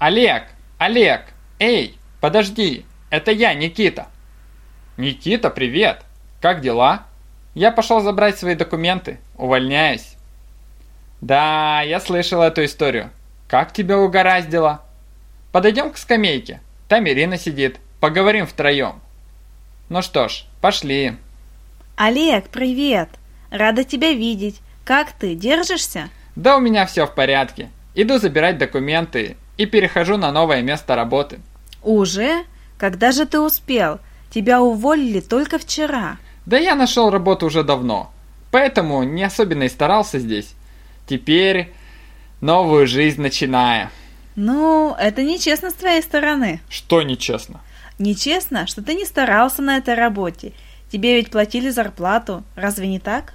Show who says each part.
Speaker 1: Олег! Олег! Эй, подожди! Это я, Никита!» «Никита, привет! Как дела?» «Я пошел забрать свои документы. Увольняюсь». «Да, я слышал эту историю. Как тебя угораздило?» «Подойдем к скамейке. Там Ирина сидит. Поговорим втроем». «Ну что ж, пошли».
Speaker 2: Олег, привет! Рада тебя видеть. Как ты, держишься?
Speaker 1: «Да у меня все в порядке. Иду забирать документы и перехожу на новое место работы».
Speaker 2: Уже? Когда же ты успел? Тебя уволили только вчера.
Speaker 1: Да я нашел работу уже давно, поэтому не особенно и старался здесь. Теперь новую жизнь начинаю.
Speaker 2: Ну, это нечестно с твоей стороны.
Speaker 1: Что нечестно?
Speaker 2: Нечестно, что ты не старался на этой работе. Тебе ведь платили зарплату, разве не так?